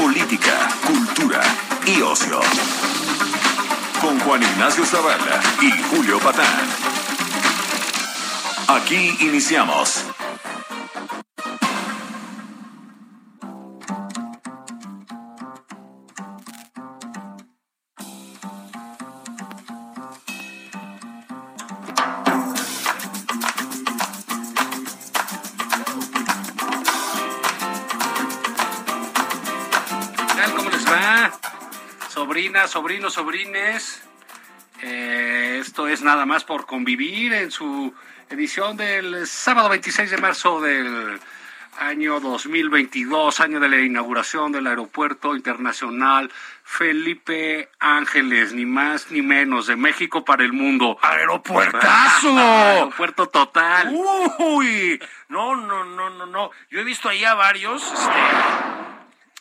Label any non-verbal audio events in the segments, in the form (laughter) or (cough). Política, cultura y ocio. Con Juan Ignacio Zavala y Julio Patán. Aquí iniciamos. ¿Qué tal? ¿Cómo les va? Sobrinas, sobrinos, sobrines. Eh, esto es nada más por convivir en su edición del sábado 26 de marzo del año 2022, año de la inauguración del Aeropuerto Internacional Felipe Ángeles, ni más ni menos, de México para el mundo. (laughs) ¡Aeropuertazo! Aeropuerto total. Uh. ¡Uy! No, no, no, no, no. Yo he visto ahí a varios. este,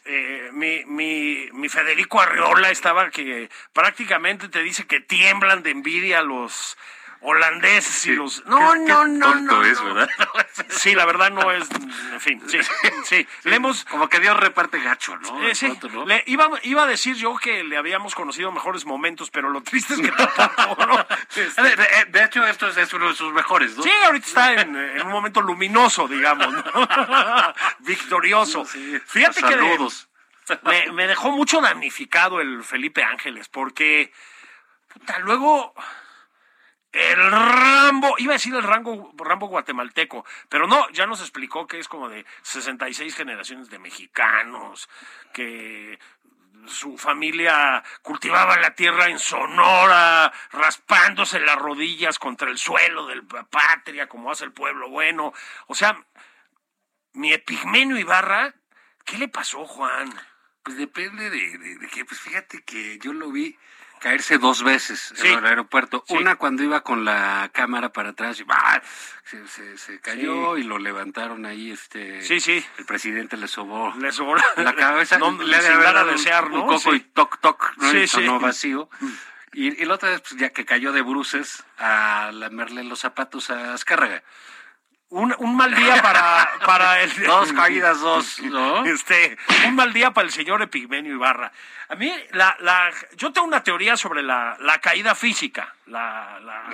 eh, mi, mi, mi Federico Arreola estaba que prácticamente te dice que tiemblan de envidia los holandeses y los... No, qué no, no, tonto no, es, no. ¿verdad? (laughs) Sí, la verdad no es... En fin, sí, (laughs) sí. Le hemos... Como que Dios reparte gacho, ¿no? eh, sí, De pronto, ¿no? le iba, iba a decir yo que le habíamos conocido mejores momentos, pero lo triste es que tampoco, ¿no? Este, (laughs) De, de- de hecho, esto es, es uno de sus mejores, ¿no? Sí, (laughs) ahorita está en, en un momento luminoso, digamos, ¿no? (laughs) victorioso. Sí. Fíjate que de- Saludos. me, me dejó mucho damnificado el Felipe Ángeles, porque puta, luego el Rambo, iba a decir el Rambo, Rambo guatemalteco, pero no, ya nos explicó que es como de 66 generaciones de mexicanos, que su familia cultivaba la tierra en Sonora, raspándose las rodillas contra el suelo de la patria, como hace el pueblo bueno. O sea, mi epigmenio Ibarra, ¿qué le pasó, Juan? Pues depende de, de- de que, pues fíjate que yo lo vi caerse dos veces Sí. en el aeropuerto. Sí. Una cuando iba con la cámara para atrás y ¡bah! se, se- se cayó y lo levantaron ahí, este Sí, sí. el presidente le sobó Le sobró la cabeza No, le le debe haber dar a dado un- desear, un ¿no? coco y Sí. toc toc, ¿no? Sí, Y sonó sí. vacío. Y, y la otra vez, pues ya que cayó de bruces a lamerle los zapatos a Azcárraga. Un, un mal día para, para el. (laughs) Dos caídas, dos, ¿no? Este, un mal día para el señor Epigmenio Ibarra. A mí, la, la, yo tengo una teoría sobre la, la caída física. (laughs) La, la,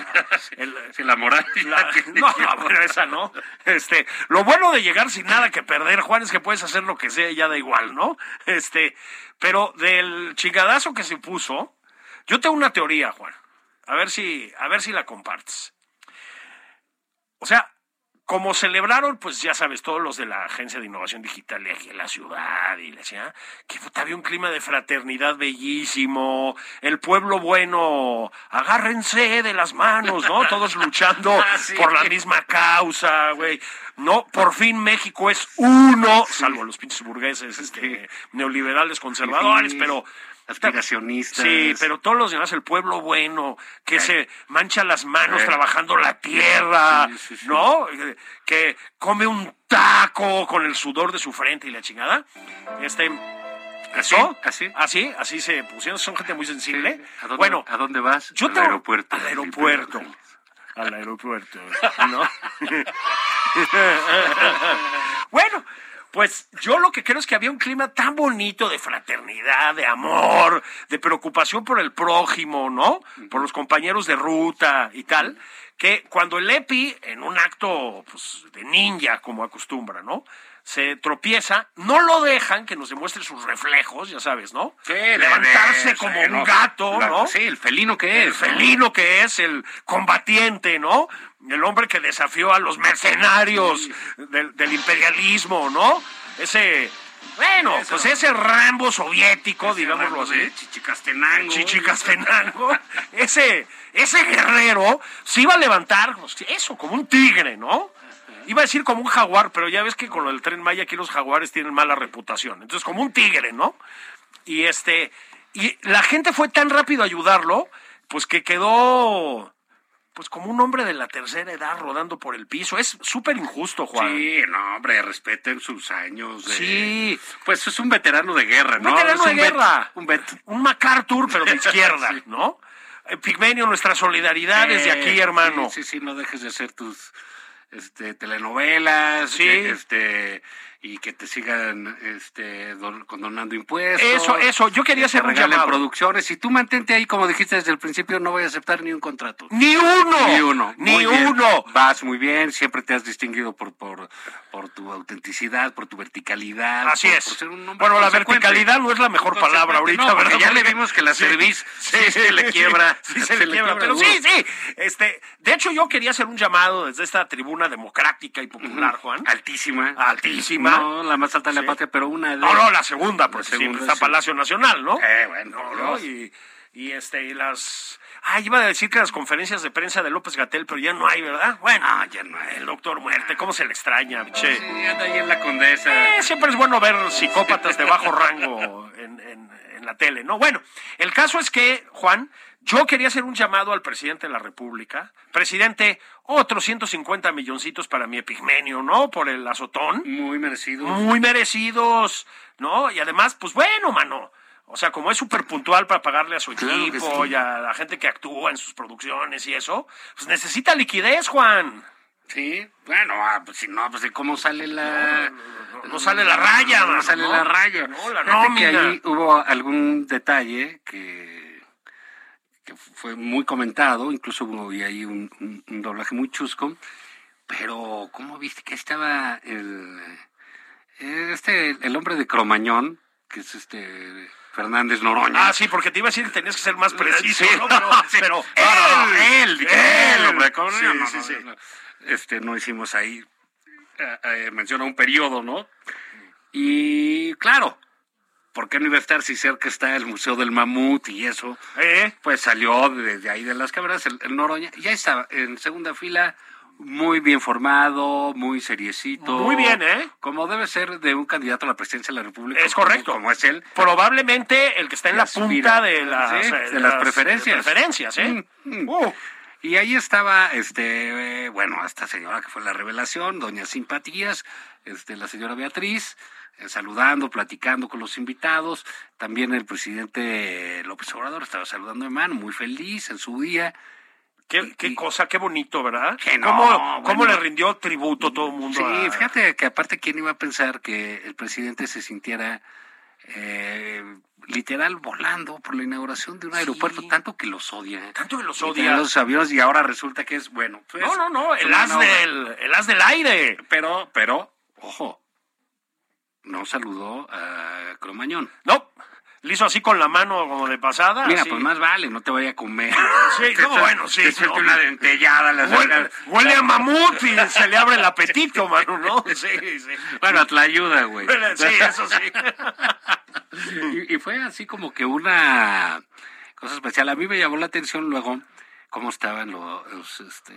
el- Sí, la moral. la- no, (laughs) bueno, esa no. Este, lo bueno de llegar sin nada que perder, Juan, es que puedes hacer lo que sea y ya da igual, ¿no? Este, pero del chingadazo que se puso, yo tengo una teoría, Juan. A ver si, a ver si la compartes. O sea, como celebraron, pues ya sabes, todos los de la Agencia de Innovación Digital de aquí en la ciudad y les decía que puta, había un clima de fraternidad bellísimo, el pueblo bueno, agárrense de las manos, (laughs) ¿no? Todos luchando Ah, sí. por la misma causa, güey. No, por fin México es uno, salvo los pinches burgueses este, neoliberales conservadores, Hippies, pero... aspiracionistas. Sí, pero todos los demás, el pueblo bueno, que se mancha las manos Eh. trabajando la tierra, Sí, sí, sí. ¿no? Eh, Que come un taco con el sudor de su frente y la chingada. Este, Así, ¿eso? así. Así, así se pusieron. Son gente muy sensible. ¿A dóny- bueno, ¿a dónde vas? yo al tengo- aeropuerto. Al aeropuerto. Al aeropuerto, ¿no? (laughs) bueno, pues yo lo que creo es que había un clima tan bonito de fraternidad, de amor, de preocupación por el prójimo, ¿no? Por los compañeros de ruta y tal, que cuando el EPI, en un acto pues, de ninja, como acostumbra, ¿no? Se tropieza, no lo dejan que nos demuestre sus reflejos, ya sabes, ¿no? Sí, Levantarse de- como sí, un no, gato, la- ¿no? Sí, el felino que es. el felino que es, el combatiente, ¿no? El hombre que desafió a los mercenarios del, del imperialismo, ¿no? Ese Bueno, Eso. pues ese Rambo soviético, Ese digámoslo Rambo así. de Chichicastenango. Chichicastenango. ese, ese guerrero se iba a levantar, pues, eso, como un tigre, ¿no? Iba a decir como un jaguar, pero ya ves que con el tren Maya aquí los jaguares tienen mala reputación. Entonces, como un tigre, ¿no? Y este. Y la gente fue tan rápido a ayudarlo, pues que quedó. Pues como un hombre de la tercera edad rodando por el piso. Es súper injusto, Juan. Sí, no, hombre, respeten sus años. de- Sí. Pues es un veterano de guerra, Un ¿no? veterano Es de un vet- guerra. un vet- un MacArthur, (laughs) pero de izquierda, Sí. ¿no? Eh, Pigmenio, nuestra solidaridad desde aquí, Eh, hermano. Sí, sí, sí, no dejes de hacer tus este, telenovelas. Sí. eh, Este, y que te sigan este, don- condonando impuestos. Eso, eso, yo quería que te hacer un regalen llamado. producciones. Y tú mantente ahí, como dijiste desde el principio, no voy a aceptar ni un contrato. Ni uno. (laughs) Ni uno. Ni Muy bien. uno. Vas muy bien, siempre te has distinguido por, por, por tu autenticidad, por tu verticalidad. Así por- es. por ser Pues un hombre bueno, la consecuente. verticalidad no es la mejor palabra Consecuente, ahorita, no, porque ¿verdad? ya le Porque- vimos que la Sí, cerviz sí se le quiebra. (laughs) Sí, se, le quiebra. Pero duro. sí, sí. Este, de hecho, yo quería hacer un llamado desde esta tribuna democrática y popular, Juan. Altísima. Altísima. No, la más alta de la Sí. patria, pero una de. No, no, la segunda, La porque segunda, siempre está sí. Palacio Nacional, ¿no? Eh, bueno, No, Dios. Y, y, este, y las. Ah, iba a decir que las conferencias de prensa de López Gatel, pero ya no hay, ¿verdad? Bueno, Ah, ya no es. el doctor Muerte, ¿cómo se le extraña, Sí, che? anda ahí en la condesa. Eh, siempre es bueno ver psicópatas de bajo rango en, en- en la tele, ¿no? Bueno, el caso es que, Juan, yo quería hacer un llamado al presidente de la República. Presidente, otros 150 milloncitos para mi epigmenio, ¿no? Por el azotón. Muy merecido. Muy merecidos, ¿no? Y además, pues bueno, mano. O sea, como es súper puntual para pagarle a su Claro que equipo sí. y a la gente que actúa en sus producciones y eso, pues necesita liquidez, Juan. Sí. Bueno, ah, pues, si no, pues de cómo sale la. No sale la raya, no, mano, sale ¿no? la raya. No, Fíjate la que nómina. ahí hubo algún detalle que, que fue muy comentado, incluso hubo y ahí un, un- un doblaje muy chusco, pero ¿cómo viste que estaba el este el hombre de Cromañón, que es este Fernández Noroña? Ah, sí, porque te iba a decir que tenías que ser más preciso, Sí, ¿no? Pero, (laughs) sí. pero- No, no, él, dije, él, hombre, ¿cómo no? Sí, No, no, sí, no, sí. no. Este, no hicimos ahí, eh, eh, menciona un periodo, ¿no? Y claro, ¿por qué no iba a estar si cerca está el Museo del Mamut y eso? Eh, Pues salió desde ahí de las cámaras el, el Noroña, ya estaba en segunda fila, muy bien formado, muy seriecito. Muy bien, ¿eh? Como debe ser de un candidato a la presidencia de la República. Es correcto. Como, como es él. Probablemente el que está en la Las mira- punta de las, sí, eh, de las preferencias. preferencias, ¿eh? Mm, mm. Uh, Y ahí estaba, este, eh, bueno, esta señora que fue la revelación, doña Simpatías, este, la señora Beatriz, eh, saludando, platicando con los invitados. También el presidente López Obrador estaba saludando de mano, muy feliz en su día. qué, qué Y- cosa, qué bonito, ¿verdad? Que no, ¿Cómo, bueno. cómo le rindió tributo todo el mundo? Sí, a- fíjate que aparte, ¿quién iba a pensar que el presidente se sintiera eh, literal volando por la inauguración de un aeropuerto, tanto que los odia? ¿eh? Tanto que los Y odia. tenía los aviones y ahora resulta que es bueno. pues, No, no, no, el una as, obra. del, el as del aire. Pero, pero, ojo, no saludó a Cromañón. No, le hizo así con la mano como de pasada. Mira, así. pues más vale, no te vaya a comer. Ah, (laughs) Sí, no, bueno, sí, Te suelte no. una dentellada. La Huele, saca- huele a mamut y se le abre el apetito, (laughs) mano, ¿no? Sí, sí. Bueno, te la ayuda, güey. (laughs) Sí, eso sí. (laughs) Y, y fue así como que una cosa especial. A mí me llamó la atención luego cómo estaban los, los, este,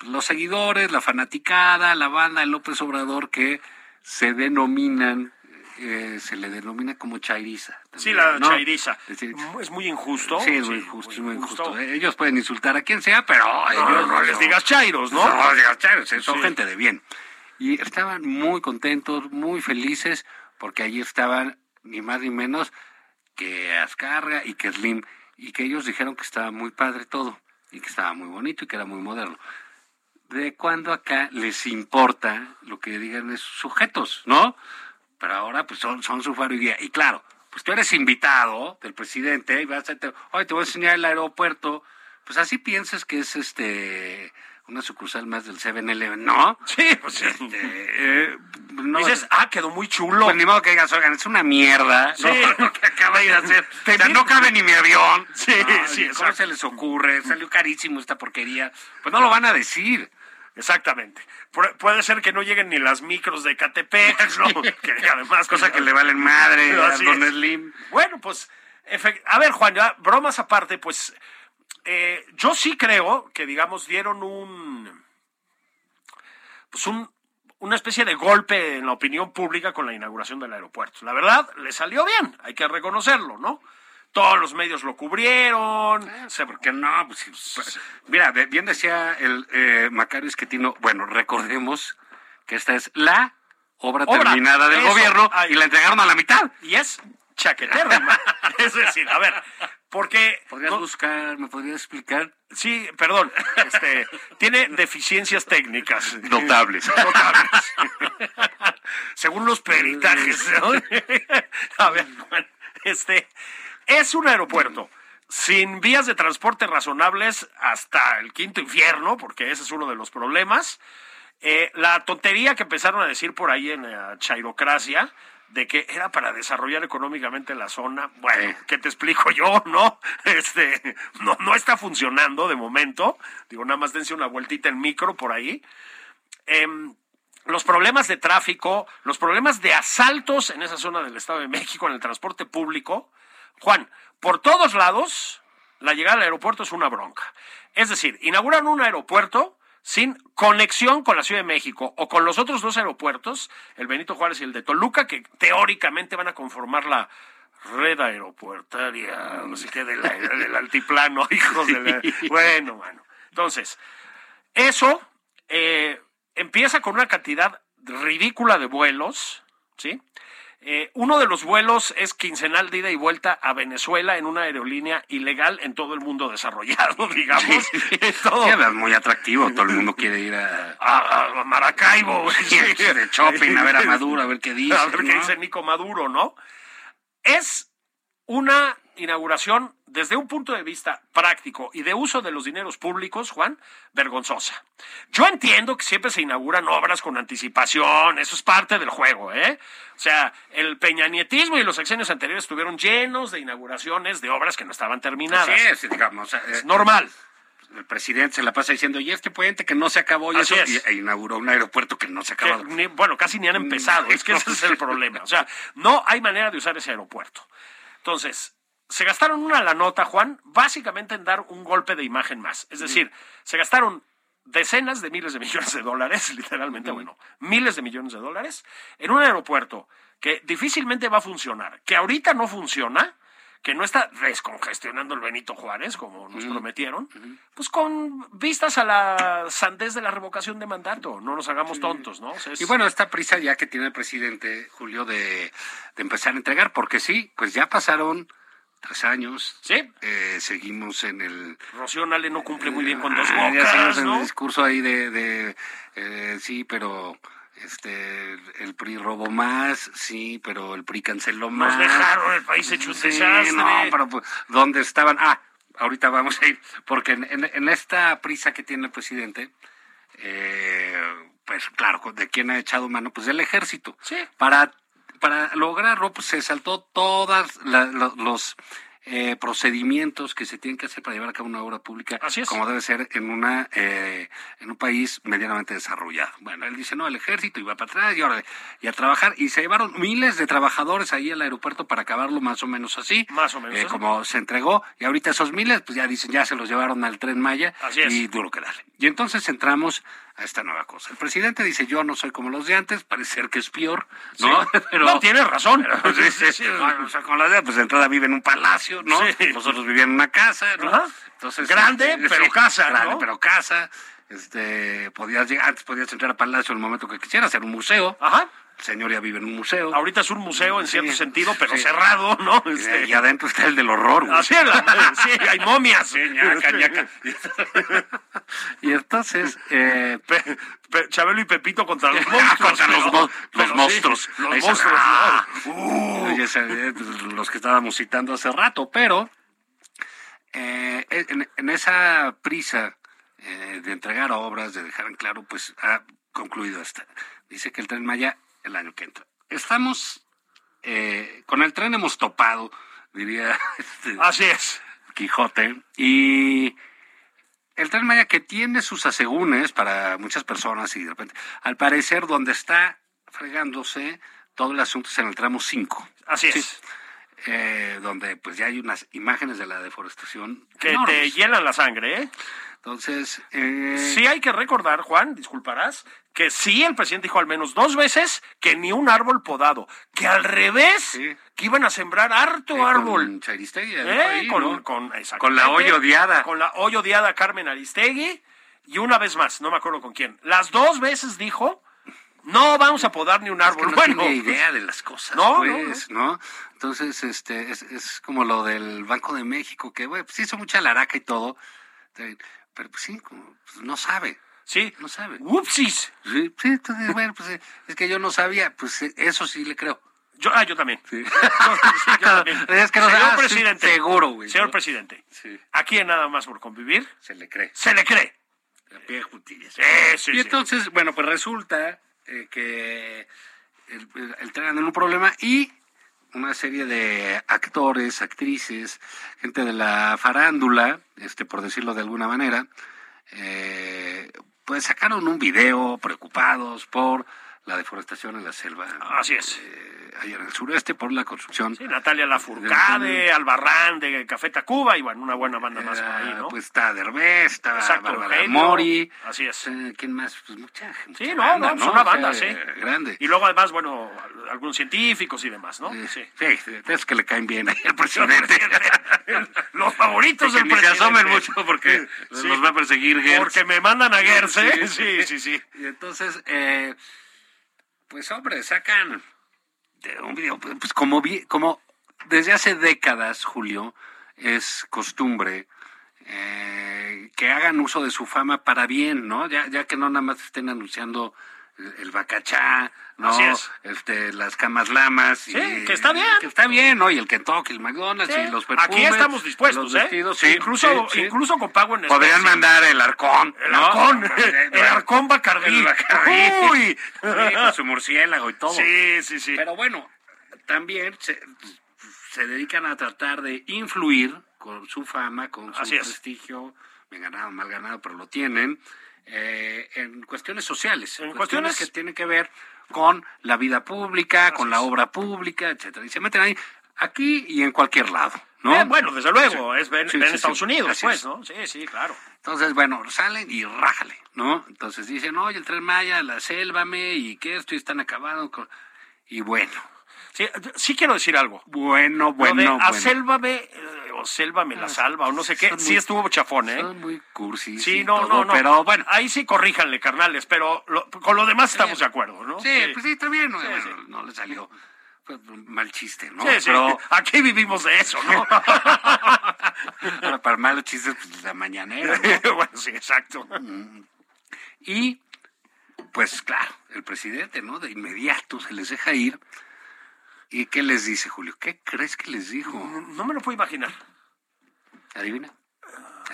los seguidores, la fanaticada, la banda, el López Obrador, que se denominan, eh, se le denomina como chairiza. Sí, también, la ¿no? chairiza. Es decir, Es muy injusto. Sí, es muy injusto, es muy injusto. ¿eh? No, Ellos pueden insultar a quien sea, pero ellos no, no les digas chairos, ¿no? no, digas, chale, sí, son Sí. gente de bien. Y estaban muy contentos, muy felices, porque allí estaban ni más ni menos que Azcarga y que Slim, y que ellos dijeron que estaba muy padre todo, y que estaba muy bonito y que era muy moderno. ¿De cuándo acá les importa lo que digan esos sujetos, no? Pero ahora pues son, son su faro y guía. Y claro, pues tú eres invitado del presidente y vas a te, "Oye, te voy a enseñar el aeropuerto. Pues así piensas que es este una sucursal más del 7-Eleven, ¿no? Sí, pues sí. Este, eh, no Dices, ah, quedó muy chulo. pues ni modo que digas, oigan, es una mierda Sí. ¿no? (laughs) lo que acaba de (laughs) hacer. Te O sea, vi- no cabe ni mi avión. Sí, Ay, sí, ¿Cómo exacto. se les ocurre? Salió carísimo esta porquería. Pues no lo van a decir. Exactamente. Pu- puede ser que no lleguen ni las micros de Catepec, (laughs) ¿no? que además Cosa que le valen madre a (laughs) Así Don es. Slim. Bueno, pues, efect- a ver, Juan, ya, bromas aparte, pues, eh, yo sí creo que, digamos, dieron un, pues, un, una especie de golpe en la opinión pública con la inauguración del aeropuerto. La verdad, le salió bien, hay que reconocerlo, ¿no? Todos los medios lo cubrieron. O sea, porque no, pues, pues, mira, de- bien decía el eh, Macario Esquetino, bueno, recordemos que esta es la obra, Obra. terminada del Eso. gobierno Ay. y la entregaron a la mitad. Y es chaqueterra. (laughs) es decir, a ver, porque... ¿Podrías no- buscar, me podrías explicar? Sí, perdón. Este, tiene deficiencias técnicas. (laughs) Notables. Notables. Según los peritajes. ¿no? (laughs) A ver, Juan, este, es un aeropuerto sin vías de transporte razonables hasta el quinto infierno, porque ese es uno de los problemas. Eh, la tontería que empezaron a decir por ahí en la chairocracia de que era para desarrollar económicamente la zona. Bueno, ¿qué te explico yo? (laughs) No, este, no, no está funcionando de momento. Digo, nada más dense una vueltita en micro por ahí. Em, los problemas de tráfico, los problemas de asaltos en esa zona del Estado de México, en el transporte público. Juan, por todos lados, la llegada al aeropuerto es una bronca. Es decir, inauguran un aeropuerto sin conexión con la Ciudad de México o con los otros dos aeropuertos, el Benito Juárez y el de Toluca, que teóricamente van a conformar la red aeropuertaria, no sé qué, del, del altiplano, (laughs) hijos de la... Bueno, mano. Entonces, eso eh, empieza con una cantidad ridícula de vuelos, ¿sí? Eh, uno de los vuelos es quincenal de ida y vuelta a Venezuela en una aerolínea ilegal en todo el mundo desarrollado, (laughs) digamos. En todo- Sí, es muy atractivo, todo el mundo quiere ir (laughs) a, a, a (laughs) Maracaibo, (laughs) güey. de shopping, a ver a Maduro, a ver qué dice. Pues, A ver qué ¿no? dice Nico Maduro, ¿no? Es una inauguración desde un punto de vista práctico y de uso de los dineros públicos, Juan, vergonzosa. Yo entiendo que siempre se inauguran obras con anticipación, eso es parte del juego, ¿eh? O sea, el peñanietismo y los sexenios anteriores estuvieron llenos de inauguraciones de obras que no estaban terminadas. Así es, digamos. eh, Es normal. el presidente se la pasa diciendo, y este puente que no se acabó, y, Así eso, es. y- e inauguró un aeropuerto que no se ha acabado. Que ni- bueno, casi ni han empezado. Es que ese es el problema. O sea, no hay manera de usar ese aeropuerto. Entonces, se gastaron una la nota, Juan, básicamente en dar un golpe de imagen más. Es decir, se gastaron decenas de miles de millones de dólares, (laughs) literalmente, bueno, miles de millones de dólares, en un aeropuerto que difícilmente va a funcionar, que ahorita no funciona, que no está descongestionando el Benito Juárez, como nos prometieron, pues con vistas a la sandez de la revocación de mandato, no nos hagamos tontos, ¿no? O sea, es- Y bueno, esta prisa ya que tiene el presidente, Julio, de, de empezar a entregar, porque sí, pues ya pasaron tres años. Sí. Eh, seguimos en el... Rocío Nale no cumple muy bien con Ah, dos ya seguimos bocas, en ¿no? el discurso ahí de... de, eh, sí, pero... Este, el PRI robó más, sí, pero el PRI canceló más. Nos dejaron el país hecho un Ah, Sí, desastre. no, pero pues, ¿dónde estaban? Ah, ahorita vamos a ir, porque en, en- en esta prisa que tiene el presidente, eh, pues claro, ¿de quién ha echado mano? Pues del ejército. Sí. Para, para lograrlo, pues se saltó todos los eh, procedimientos que se tienen que hacer para llevar a cabo una obra pública, Así es. como debe ser en una eh, en un país medianamente desarrollado. Bueno, él dice, no, el ejército iba para atrás y ahora y a trabajar. Y se llevaron miles de trabajadores ahí al aeropuerto para acabarlo más o menos así. Más o menos eh, así. Como se entregó. Y ahorita esos miles, pues ya dicen, ya se los llevaron al tren Maya. Así es. Y duro que darle. Y entonces entramos a esta nueva cosa. El presidente dice, yo no soy como los de antes, parece ser que es peor, ¿no? (laughs) (laughs) ¿no? No, tienes razón. Pues, sí, (laughs) sí, sí, o sea, con la idea, pues de entrada vive en un palacio, ¿no? Sí. Nosotros vivíamos en una casa, ¿no? Ajá. Entonces, Grande, este, pero casa, ¿no? Grande, pero casa. Este, podías llegar, antes podías entrar a palacio en el momento que quisieras, era un museo. Ajá. El señor ya vive en un museo. Ahorita es un museo en cierto Sí, sentido, pero sí. cerrado, ¿no? Y, Este, y adentro está el del horror, güey. así es la- sí, hay momias. Sí, ñaca, ñaca. Y entonces, (laughs) eh, (laughs) Pe- Pe- Chabelo y Pepito contra (laughs) los Ah, monstruos. contra los, pero- mon- pero los sí, monstruos. los Ahí se- monstruos, ah, ¿no? oye, ese, eh, los que estábamos citando hace rato, pero eh, en, en esa prisa eh, de entregar obras, de dejar en claro, pues ha concluido esta. Dice que el tren Maya el año que entra. Estamos eh, con el tren hemos topado, diría (laughs) este, Así es. Quijote, y El Tren Maya que tiene sus asegúnes para muchas personas y de repente, al parecer, donde está fregándose todo el asunto es en el tramo 5. Así es. eh, donde pues ya hay unas imágenes de la deforestación Que te enormes. hielan la sangre, ¿eh? Entonces, eh, Sí hay que recordar, Juan, disculparás, que sí el presidente dijo al menos dos veces que ni un árbol podado, que al revés, Sí. que iban a sembrar harto eh, árbol. Con Chairistegui, ¿eh? dijo ahí, con, ¿no? con- exactamente, Con la hoy odiada. Con la hoy odiada Carmen Aristegui. Y una vez más, no me acuerdo con quién. Las dos veces dijo, no vamos a podar ni un Es que árbol. no (laughs) bueno, pues. tiene idea de las cosas, No, pues, no, Entonces, este, es, es como lo del Banco de México, que, güey, pues hizo mucha laraca y todo, eh, pero pues sí, como, pues, no sabe. sí. No sabe. Upsis. Sí, sí, entonces, bueno, pues eh, es que yo no sabía, pues eh, eso sí le creo. Yo, ah, yo también. (laughs) (laughs) Yo- sí, yo también. Es que no Señor sabes, ah, sí, presidente. seguro, güey, Señor ¿no? presidente. Sí. Aquí en nada más por convivir. Se le cree. Se le cree. La pie de juntillas. Sí, sí, y sí. entonces, bueno, pues resulta eh, que el, el- el tren anda en un problema y una serie de actores, actrices, gente de la farándula, este, por decirlo de alguna manera, eh, pues sacaron un video preocupados por la deforestación en la selva. Así es. eh, allá en el sureste por la construcción. Ah. Sí, Natalia Lafourcade, Albarrán de Café Tacuba y bueno, una buena banda más por ahí, Ah, ¿no? Pues está Derbez, está Exacto, Bárbara Eugenio. Mori. Así es. Eh, ¿Quién más? Pues mucha gente. sí, no, no, es una banda, sí. Grande. Y luego además, bueno, al- algunos científicos y demás, ¿no? Eh, Sí. sí, sí, es que le caen bien ahí al presidente. Los favoritos Que del ni se presidente. asomen mucho porque Sí. los va a perseguir Gertz. Porque me mandan a Gerce. Sí. Sí, sí, sí. ¿eh? Y entonces, eh, pues hombre, sacan de un video, pues pues, como, vi- como desde hace décadas, Julio, es costumbre eh, que hagan uso de su fama para bien, ¿no? Ya, ya que no nada más estén anunciando el, el bacachá, ¿no? Así es. Este, las camas lamas. Sí, que está bien. Que está bien, ¿no? Y el Kentucky, el McDonald's Sí. y los perfumes. Aquí estamos dispuestos, los ¿eh? vestidos, sí, incluso, sí, sí. incluso con pago en Podrían especie. mandar el arcón. El ¿no? arcón, el arcón Bacardí. El Bacardí. Uy. Sí, con su murciélago y todo. Sí, sí, sí. Pero bueno, también se, se dedican a tratar de influir con su fama, con su Así es. prestigio, bien ganado, mal ganado, pero lo tienen, eh, en cuestiones sociales. En cuestiones- que tienen que ver con la vida pública, con la es. obra pública, etcétera. Y se meten ahí, aquí y en cualquier lado, ¿no? Eh, bueno, desde luego, Sí. es ven, Sí, ven sí, Estados sí. Unidos, Así pues, es. ¿no? Sí, sí, claro. Entonces, bueno, salen y rájale, ¿no? Entonces dicen, oye, el Tren Maya, la Sélvame, y que esto, y están acabados con... Y bueno, Sí, sí quiero decir algo. bueno, Lo de bueno, bueno. Acélvame, eh, o Sélvame la salva, o no sé qué, Son sí muy- estuvo chafón, ¿eh? Son muy cursis Sí, y no, todo, no, no. Pero bueno, ahí sí corríjanle, carnales, pero lo- con lo demás estamos de acuerdo, ¿no? sí, pues sí, está bien, ¿no? Bueno, sí. no le salió pues, mal chiste, ¿no? Sí, sí, Pero aquí vivimos de eso, (laughs) ¿no? (laughs) ahora para malos chistes, pues la mañanera, (laughs) ¿no? bueno, sí, exacto. Y, pues claro, el presidente, ¿no? De inmediato se les deja ir. ¿Y qué les dice, Julio? ¿Qué crees que les dijo? No me lo puedo imaginar. Adivina.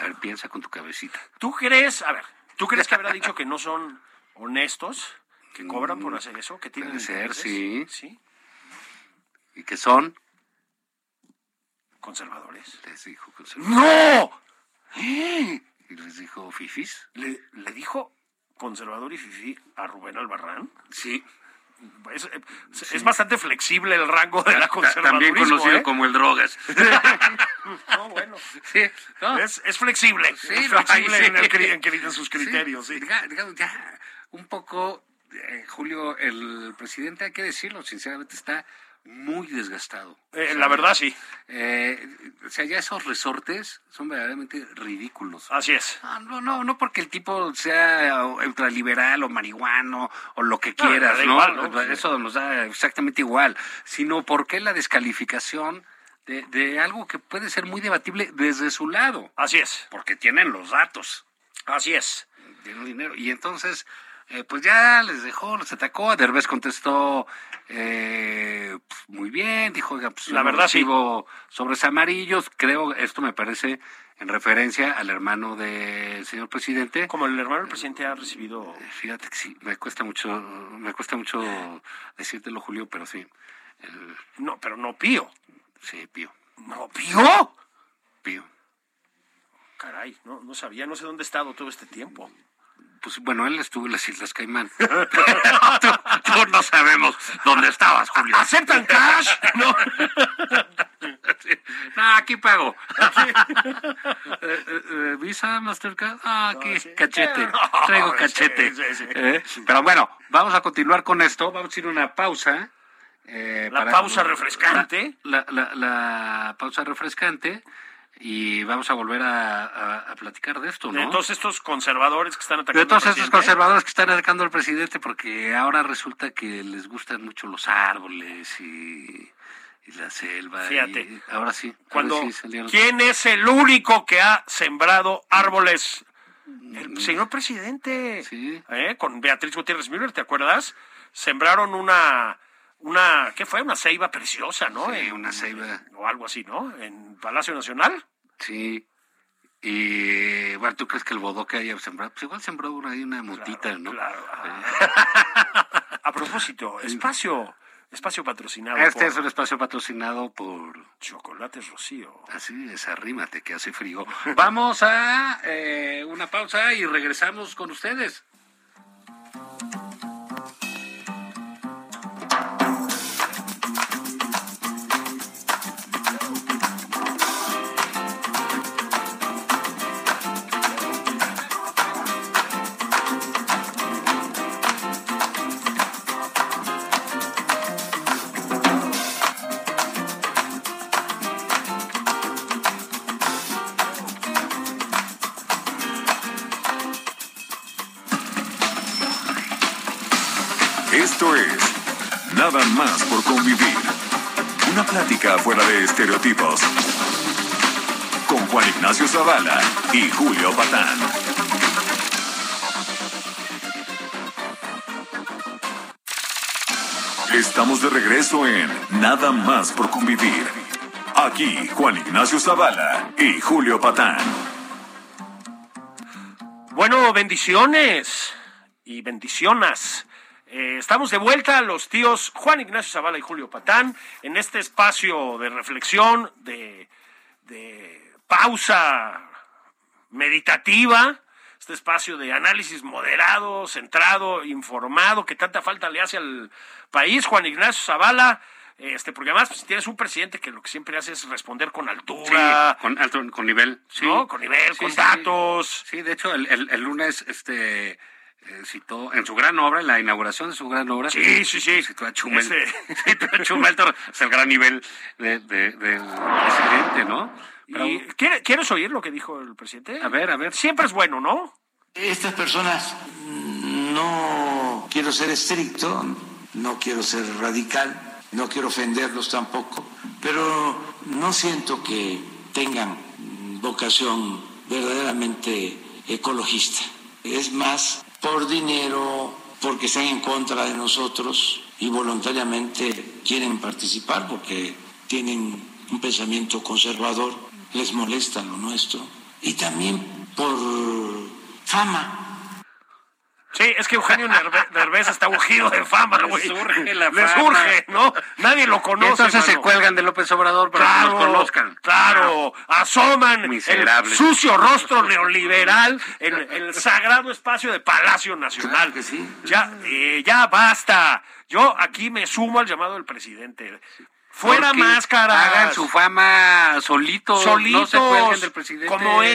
A ver, piensa con tu cabecita. ¿Tú crees, a ver, tú crees que habrá dicho que no son honestos, que cobran por hacer eso, que tienen puede ser, intereses? sí. Sí, ¿Y qué son? conservadores. Les dijo conservadores. ¡No! Y les dijo fifis. ¿Le, le dijo conservador y fifí a Rubén Albarrán? Sí. Es, eh, es bastante flexible el rango de la También conservadurismo, conocido ¿eh? como el (laughs) drogas. No, bueno. sí. ¿no? (laughs) Es, es flexible. Sí, es (laughs) no, flexible ahí sí. en, el cri- en cri- en sus criterios, sí. Diga- digamos, ya, un poco, eh, Julio, el presidente, hay que decirlo, sinceramente está muy desgastado. Eh, la verdad, sí. Eh, o sea, ya esos resortes son verdaderamente ridículos. Así es. Ah, no, no, no porque el tipo sea ultraliberal o marihuano o lo que No, quieras, da ¿no? Pues, igual, ¿no? Eso nos da exactamente igual, sino porque la descalificación de, de algo que puede ser muy debatible desde su lado, Así es. porque tienen los datos, Así es. tienen dinero. Y entonces, eh, pues ya les dejó, les atacó. Derbez contestó eh, pues, muy bien, dijo, oiga, pues La yo verdad, sí. recibo sobres amarillos. Creo, esto me parece en referencia al hermano del señor presidente. Como el hermano del presidente ha recibido. Fíjate que sí, me cuesta mucho, me cuesta mucho decírtelo, Julio, pero sí, el- No, pero no pío. sí, pío, ¿No pío? pío. Caray, no, no sabía, no sé dónde he estado todo este tiempo. Pues bueno, él estuvo en las Islas Caimán. (laughs) tú, tú no sabemos dónde estabas, Julio. ¿Aceptan (laughs) cash? No. No, aquí pago. (laughs) Eh, eh, eh, Visa, Mastercard. Ah, aquí, cachete. (laughs) No, Traigo sí, cachete. sí, sí. Eh, Pero bueno, vamos a continuar con esto. Vamos a ir a una pausa. eh, La pausa refrescante. La, la- la pausa refrescante. Y vamos a volver a, a- a platicar de esto, ¿no? De todos estos conservadores que están atacando. De todos al esos presidente. conservadores que están atacando al presidente porque ahora resulta que les gustan mucho los árboles y, y la selva. y- Fíjate. ahora sí. ahora Cuando, sí salieron. ¿Quién es el único que ha sembrado árboles? El señor presidente. Mm, Sí. ¿Eh? Con Beatriz Gutiérrez Müller, ¿te acuerdas? Sembraron una, una, ¿qué fue? Una ceiba preciosa, ¿no? Sí, En- una ceiba. O algo así, ¿no? En Palacio Nacional. Sí. Y bueno, ¿tú crees que el bodoque haya sembrado? Pues igual sembró una- ahí una motita, ¿no? Eh, Claro. Ah. (laughs) A propósito, espacio, espacio patrocinado Este por es un espacio patrocinado por... Chocolates Rocío. Así es, arrímate que hace frío. Vamos a eh, una pausa y regresamos con ustedes. Esto es Nada más por convivir. Una plática fuera de estereotipos. Con Juan Ignacio Zavala y Julio Patán. Estamos de regreso en Nada más por convivir. Aquí Juan Ignacio Zavala y Julio Patán. Bueno, bendiciones y bendicionas. Eh, estamos de vuelta a los tíos Juan Ignacio Zavala y Julio Patán en este espacio de reflexión, de, de pausa meditativa, este espacio de análisis moderado, centrado, informado, que tanta falta le hace al país, Juan Ignacio Zavala. Este, porque además pues, tienes un presidente que lo que siempre hace es responder con altura, con, alto- con nivel. Sí. ¿no? con nivel, Sí, con sí, sí. datos. Sí, de hecho, el, el- el lunes este, eh, citó en su gran obra, en la inauguración de su gran obra. Sí, sí, sí. Citó a Chumel. Ese- (laughs) Citó a Chumel Torres. Es el gran nivel de- de- del presidente, ¿no? Pero- Y, ¿quiere- ¿Quieres oír lo que dijo el presidente? a ver, a ver. Siempre es bueno, ¿no? Estas personas mm, no quiero ser estricto, no quiero ser radical, no quiero ofenderlos tampoco, pero no siento que tengan mm, vocación verdaderamente ecologista. Es más por dinero, porque están en contra de nosotros y voluntariamente quieren participar porque tienen un pensamiento conservador, les molesta lo nuestro. Y también por fama. Sí, es que Eugenio Nerve- Nervés está ungido de fama, Les güey. surge la Les fama. surge, ¿no? Nadie lo Y conoce. entonces se mano. cuelgan de López Obrador para Claro, que los conozcan. Ah. claro, asoman Miserables. el sucio rostro neoliberal en el sagrado espacio de Palacio Nacional. Claro que sí. Ya, eh, ya basta. Yo aquí me sumo al llamado del presidente. Fuera Porque máscaras. Hagan su fama solitos. No solitos. se cuelguen del presidente. Como es.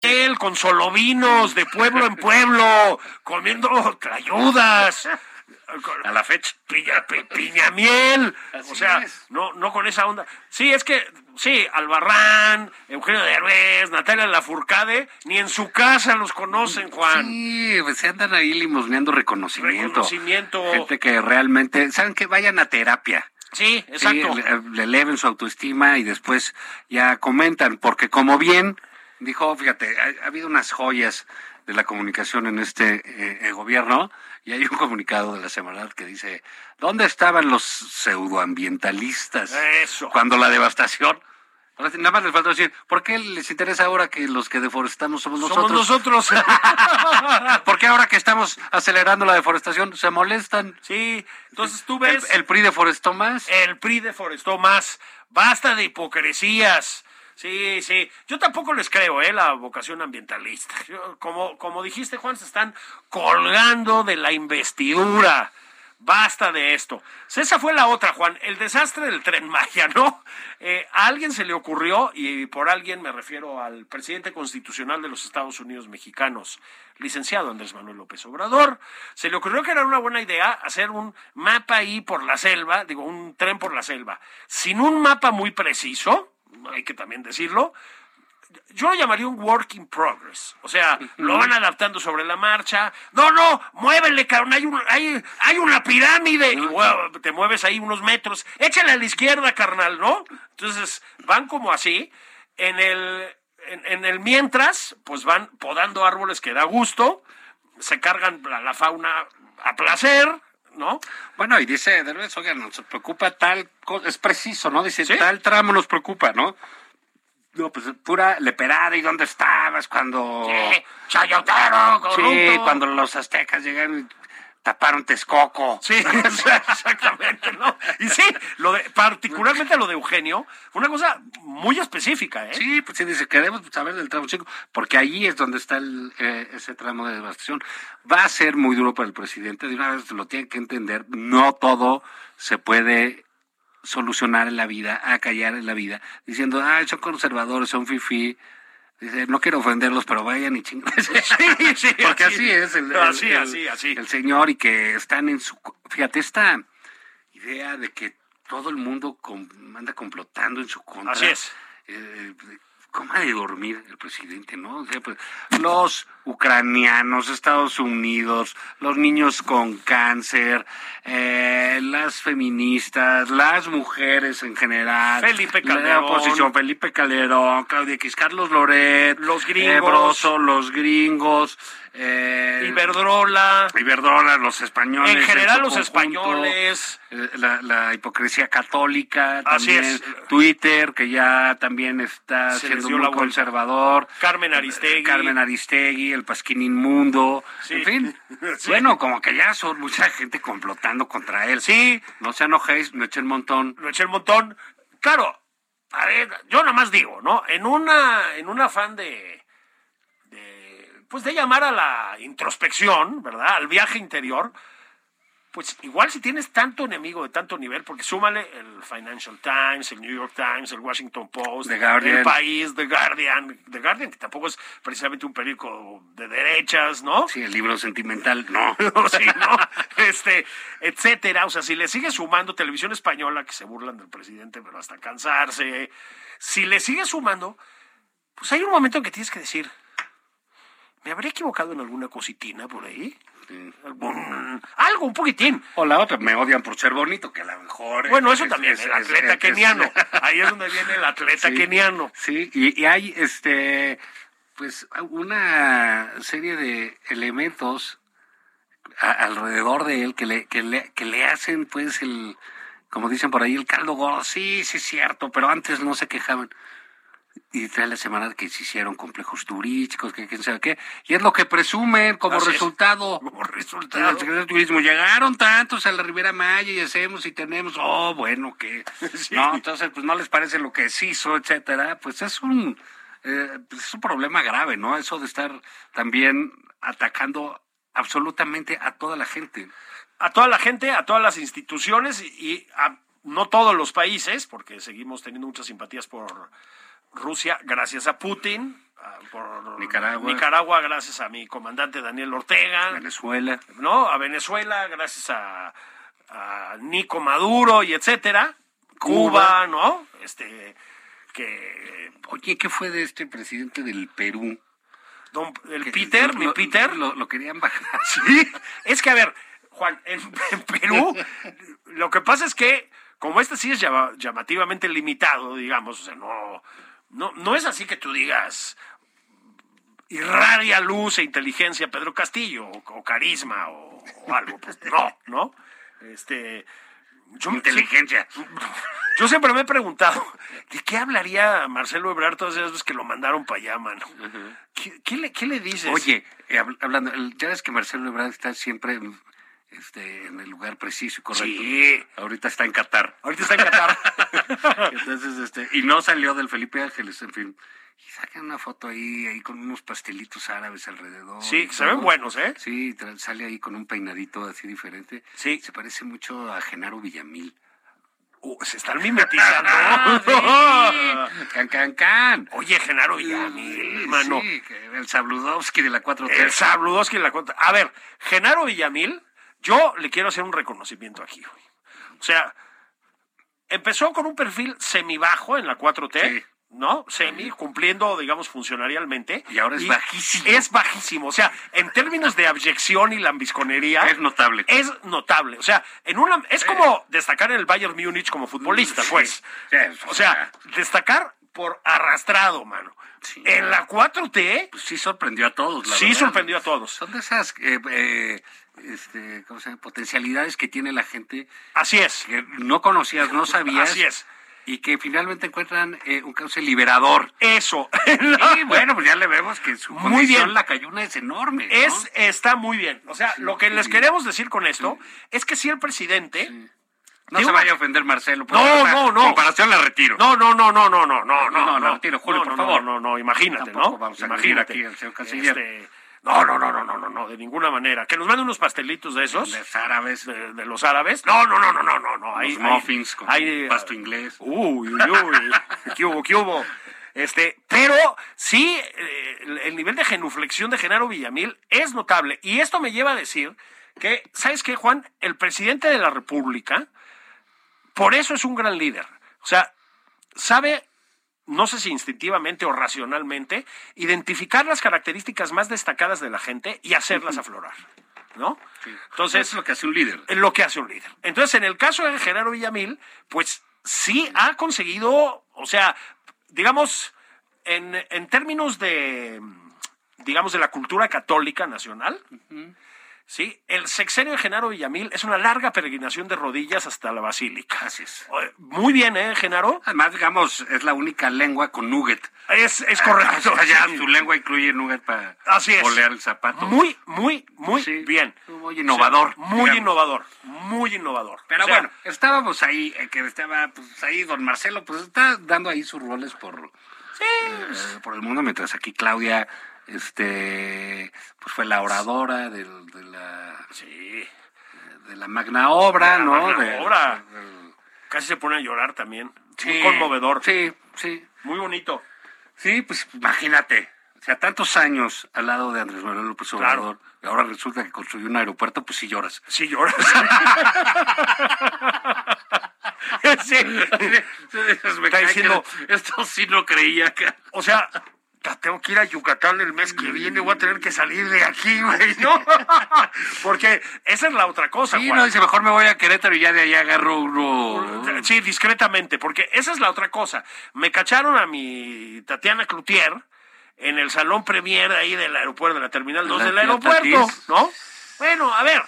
Él con solovinos de pueblo en pueblo, comiendo tlayudas. A la fecha. Piña, pi- piñamiel. Así o sea, es. no, no con esa onda. Sí, es que, sí, Albarrán, Eugenio Derbez, Natalia Lafourcade, ni en su casa los conocen, Juan. Sí, pues se andan ahí limosneando reconocimiento. Reconocimiento. Gente que realmente, ¿saben que Vayan a terapia. Sí, exacto. Sí, le, le eleven su autoestima y después ya comentan, porque como bien dijo, fíjate, ha, ha habido unas joyas de la comunicación en este eh, eh, gobierno y hay un comunicado de la Semarnat que dice, ¿dónde estaban los pseudoambientalistas Eso. cuando la devastación? Ahora sí, Nada más les falta decir, ¿por qué les interesa ahora que los que deforestamos somos nosotros? Somos nosotros. (laughs) ¿Por qué ahora que estamos acelerando la deforestación se molestan? sí, entonces tú El, ves. el PRI deforestó más. El PRI deforestó más. Basta de hipocresías. Sí, sí. Yo tampoco les creo, ¿eh? La vocación ambientalista. Yo, como, como dijiste, Juan, se están colgando de la investidura. Basta de esto. Esa fue la otra, Juan. El desastre del tren Maya, ¿no? Eh, a alguien se le ocurrió, y por alguien me refiero al presidente constitucional de los Estados Unidos mexicanos, licenciado Andrés Manuel López Obrador, se le ocurrió que era una buena idea hacer un mapa ahí por la selva, digo, un tren por la selva, sin un mapa muy preciso, hay que también decirlo, yo lo llamaría un work in progress. O sea, lo van adaptando sobre la marcha. No, no, muévele, cabrón. Hay, un- hay, hay una pirámide. Y, guau, te mueves ahí unos metros. Échale a la izquierda, carnal, ¿no? Entonces, van como así. En el, en, en el mientras, pues van podando árboles que da gusto. Se cargan la, la fauna a placer, ¿no? Bueno, y dice Derbez, oigan, nos preocupa tal cosa, es preciso, ¿no? Dice, Sí. tal tramo nos preocupa, ¿no? No, pues pura leperada, ¿y dónde estabas cuando... Sí, chayotero, Sí, corrupto. cuando los aztecas llegaron y taparon Texcoco. Sí, (laughs) exactamente, ¿no? Y sí, lo de, particularmente lo de Eugenio, fue una cosa muy específica, ¿eh? Sí, pues sí, dice, queremos saber del tramo chico, porque ahí es donde está el, eh, ese tramo de devastación. Va a ser muy duro para el presidente, de una vez lo tiene que entender, no todo se puede solucionar en la vida, acallar en la vida, diciendo, ah, son conservadores, son fifí. Dice, no quiero ofenderlos, pero vayan y (laughs) chingan. Sí, sí, Porque así. así es. El, el- Así, el- así, así. El señor y que están en su... co- Fíjate, esta idea de que todo el mundo com- anda complotando en su contra. Así es. Eh, ¿Cómo ha de dormir el presidente, no? O sea, pues, los ucranianos, Estados Unidos, los niños con cáncer, eh, las feministas, las mujeres en general. Felipe La Calderón. oposición, Felipe Calderón, Claudia X, Carlos Loret. Los gringos. eh, Broso, los gringos. eh, Iberdrola, Iberdrola, los españoles. en general su los conjunto, españoles. eh, La, la hipocresía católica. Así también, es. Twitter, que ya también está Se les siendo dio muy la vuelta. conservador. Carmen Aristegui. Carmen Aristegui, el Pasquín Inmundo. Sí. En fin. (laughs) Sí. Bueno, como que ya son mucha gente complotando contra él. Sí, No se enojéis, no echen montón. lo eché el montón. Claro, a ver, yo nomás digo, ¿no? En una, en un afán de, de, pues de llamar a la introspección, ¿verdad? Al viaje interior. Pues igual si tienes tanto enemigo de tanto nivel, porque súmale el Financial Times, el New York Times, el Washington Post, The Guardian. el País, The Guardian, The Guardian, que tampoco es precisamente un periódico de derechas, ¿no? Sí, el libro sentimental, no. (laughs) No, sí, ¿no? Este, etcétera. O sea, si le sigue sumando televisión española, que se burlan del presidente, pero hasta cansarse, si le sigue sumando, pues hay un momento en que tienes que decir, ¿me habré equivocado en alguna cositina por ahí? ¿Algún- algo, un poquitín. O la otra, me odian por ser bonito, que a lo mejor. Bueno, eso es- también, es- el es- atleta es- (laughs) keniano. es- Ahí es donde viene el atleta Sí. keniano. Sí, y, y hay este pues una serie de elementos a- alrededor de él que le, que le, que le hacen pues el como dicen por ahí el caldo gordo, sí, sí es cierto, pero antes no se quejaban. Y trae la semana que se hicieron complejos turísticos, que quién sabe qué, y es lo que presumen como Así es. resultado. Como Al resultado. secretario de turismo llegaron tantos a la Riviera Maya y hacemos y tenemos, oh, bueno, que (laughs) Sí. no, entonces pues no les parece lo que se hizo, etcétera, pues es un eh, pues, es un problema grave, ¿no? Eso de estar también atacando absolutamente a toda la gente. a toda la gente, a todas las instituciones y a no todos los países, porque seguimos teniendo muchas simpatías por Rusia, gracias a Putin, a- por Nicaragua. Nicaragua, gracias a mi comandante Daniel Ortega, Venezuela. ¿no? A Venezuela, gracias a, a Nico Maduro y etcétera. Cuba. Cuba, ¿no? Este que Oye, ¿qué fue de este presidente del Perú? don- el Que- Peter, lo- mi Peter, Lo, lo querían (laughs) bajar. Sí, es que a ver, Juan, en, en Perú lo que pasa es que Como este sí es llama- llamativamente limitado, digamos, o sea, no, no, no es así que tú digas irradia luz e inteligencia Pedro Castillo o, o carisma o, o algo, pues no, ¿no? Este, yo, Inteligencia. yo siempre me he preguntado, ¿de qué hablaría Marcelo Ebrard todas esas veces que lo mandaron para allá, mano? ¿Qué, qué le, qué le dices? Oye, eh, hab- hablando, el- ya ves que Marcelo Ebrard está siempre en, este, en el lugar preciso y correcto. Pues, Sí. Ahorita está en Qatar. ahorita está en Qatar. (laughs) Entonces, este, y no salió del Felipe Ángeles, en fin. Y sacan una foto ahí, ahí con unos pastelitos árabes alrededor. Sí, y se ven todo. buenos, ¿eh? Sí, tra- sale ahí con un peinadito así diferente. Sí. Se parece mucho a Genaro (laughs) Villamil. Uh, se están mimetizando. Ah, Can, can, can. (laughs) Oye, Genaro Sí, ¡Ah! Villamil, mano. sí, que el Sabludowski de la 4T. El Sabludowski en la cuenta. A ver, Genaro Villamil, yo le quiero hacer un reconocimiento aquí, güey. O sea, empezó con un perfil semibajo en la 4T, Sí. ¿no? Semi, cumpliendo, digamos, funcionarialmente. Y ahora es bajísimo. Es bajísimo. O sea, en términos de abyección y lambisconería. Es notable. Es notable. O sea, en una, es como destacar en el Bayern Múnich como futbolista, Sí. pues. Sí, O sea, destacar por arrastrado, mano. Sí. En la 4T. pues sí sorprendió a todos, la Sí, verdad. sorprendió a todos. Son de esas eh, eh, este, ¿cómo se llama? potencialidades que tiene la gente Así es. que no conocías, no sabías. Así es. Y que finalmente encuentran eh, un cauce (laughs) liberador. Eso. Y bueno, pues ya le vemos que su Muy muy bien. la cayuna es enorme. ¿no? es, está muy bien. O sea, lo que sí. les queremos decir con esto es que si el presidente. no se digo- vaya a ofender Marcelo. por No, esa no, no. Comparación la retiro. No, no, no, no, no, no, no, no. No, no, retiro, Julio, No, por no, favor. No, no, no, imagínate, Tampoco ¿no? vamos a imagínate. agredir aquí al señor canciller. Este, no, no, no, no, no, no, no, de ninguna manera. Que nos mande unos pastelitos de esos. De los árabes. De, de los árabes. No, no, no, no, no, no, no. Hay, Los muffins con hay, eh, pasto inglés. Uy, uy, uy. ¿Qué hubo, qué hubo? Este, pero sí, eh, el- el nivel de genuflexión de Genaro Villamil es notable. Y esto me lleva a decir que, ¿sabes qué, Juan? El presidente de la República, por eso es un gran líder. O sea, sabe, no sé si instintivamente o racionalmente, identificar las características más destacadas de la gente y hacerlas aflorar. ¿No? Entonces, es lo que hace un líder. es lo que hace un líder. Entonces, en el caso de Gerardo Villamil, pues sí ha conseguido, o sea, digamos, en, en términos de, digamos, de la cultura católica nacional, ¿sí? El sexenio de Genaro Villamil es una larga peregrinación de rodillas hasta la basílica. Así es. Eh, Muy bien, ¿eh, Genaro? Además, digamos, es la única lengua con nugget. Es, (laughs) es correcto. O sea, ya Sí. su lengua incluye nugget para Así es. bolear el zapato. Muy, muy, muy Sí, bien. muy innovador, O sea, muy digamos. innovador, muy innovador. Pero O sea, bueno, estábamos ahí, eh, que estaba pues, ahí don Marcelo, pues está dando ahí sus roles por, eh, por el mundo, mientras aquí Claudia este pues fue la oradora del- de la Sí. de la magna obra, De la ¿no? magna De- obra. del- Casi se pone a llorar también. Sí, Muy conmovedor. Sí, sí. Muy bonito. Sí, pues imagínate. O sea, tantos años al lado de Andrés Manuel López Claro. Obrador, y ahora resulta que construyó un aeropuerto, pues sí lloras. (laughs) Sí, lloras. (laughs) sí. (laughs) Entonces, me Está cae que no- diciendo- esto sí no creía que... O sea, ta- tengo que ir a Yucatán el mes que viene. Voy a tener que salir de aquí, güey. ¿no? Porque esa es la otra (laughs) cosa, Sí, Juan. no, dice, mejor me voy a Querétaro y ya de ahí agarro uno. Ah. Sí, discretamente, porque esa es la otra cosa. Me cacharon a mi Tatiana Cloutier en el salón premier ahí del aeropuerto, de la terminal 2 La del tía aeropuerto, Tatis. ¿no? Bueno, a ver,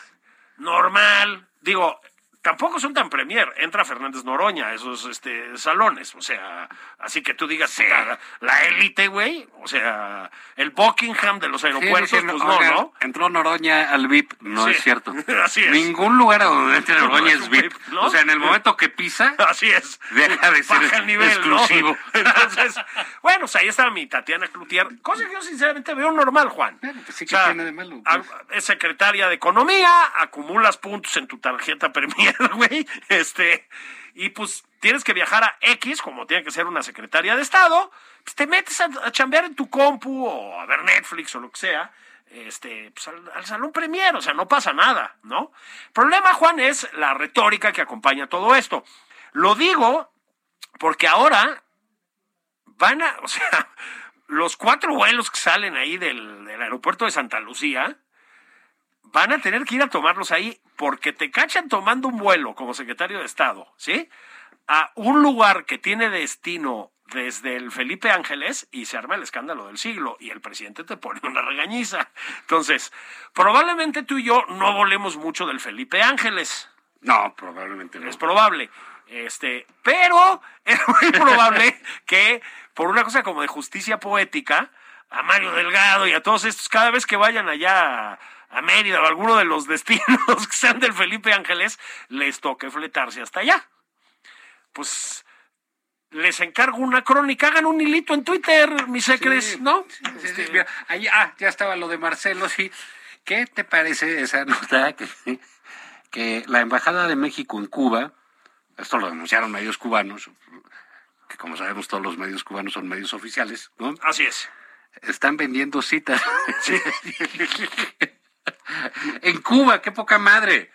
normal. Digo, tampoco son tan premier. Entra Fernández Noroña a esos este, salones, o sea, así que tú digas, puta, la élite, güey, o sea, el Buckingham de los aeropuertos, Sí, dicen, pues no, oigan, ¿no? (laughs) Entró Noroña al VIP, no Sí, es cierto. (laughs) así es. Ningún lugar a donde entre Noroña es VIP. (laughs) ¿no? Eh. O sea, en el momento que pisa, Así es. Deja de ser Baja el nivel, (laughs) exclusivo. ¿no? Entonces, bueno, o sea, ahí está mi Tatiana Cloutier, cosa que yo sinceramente veo normal, Juan. Bueno, pues sí, ¿qué tiene de malo, a- pues? Es secretaria de Economía, acumulas puntos en tu tarjeta Premier, (laughs) güey. Este, y pues tienes que viajar a X, como tiene que ser una secretaria de Estado, pues te metes a, a chambear en tu compu o a ver Netflix o lo que sea. Este, pues al, al salón premier, o sea, no pasa nada, ¿no? Problema, Juan, es la retórica que acompaña todo esto. Lo digo porque ahora van a, (laughs) o sea, los cuatro vuelos que salen ahí del, del aeropuerto de Santa Lucía van a tener que ir a tomarlos ahí porque te cachan tomando un vuelo como secretario de Estado, ¿sí? A un lugar que tiene destino desde el Felipe Ángeles y se arma el escándalo del siglo y el presidente te pone una regañiza. Entonces, probablemente tú y yo no volemos mucho del Felipe Ángeles. No, probablemente no. Es probable. Este, pero (laughs) es muy probable que por una cosa como de justicia poética, a Mario Delgado y a todos estos, cada vez que vayan allá a, a Mérida o a alguno de los (laughs) destinos que sean del Felipe Ángeles, les toque fletarse hasta allá. Pues les encargo una crónica, hagan un hilito en Twitter, mis secres, ¿no? Sí, sí, sí, mira, ahí, ah, ya estaba lo de Marcelo, sí. ¿Qué te parece esa (laughs) nota que, que la Embajada de México en Cuba, esto lo denunciaron medios cubanos, que como sabemos todos los medios cubanos son medios oficiales, ¿no? Así es. Están vendiendo citas. (laughs) en Cuba, qué poca madre.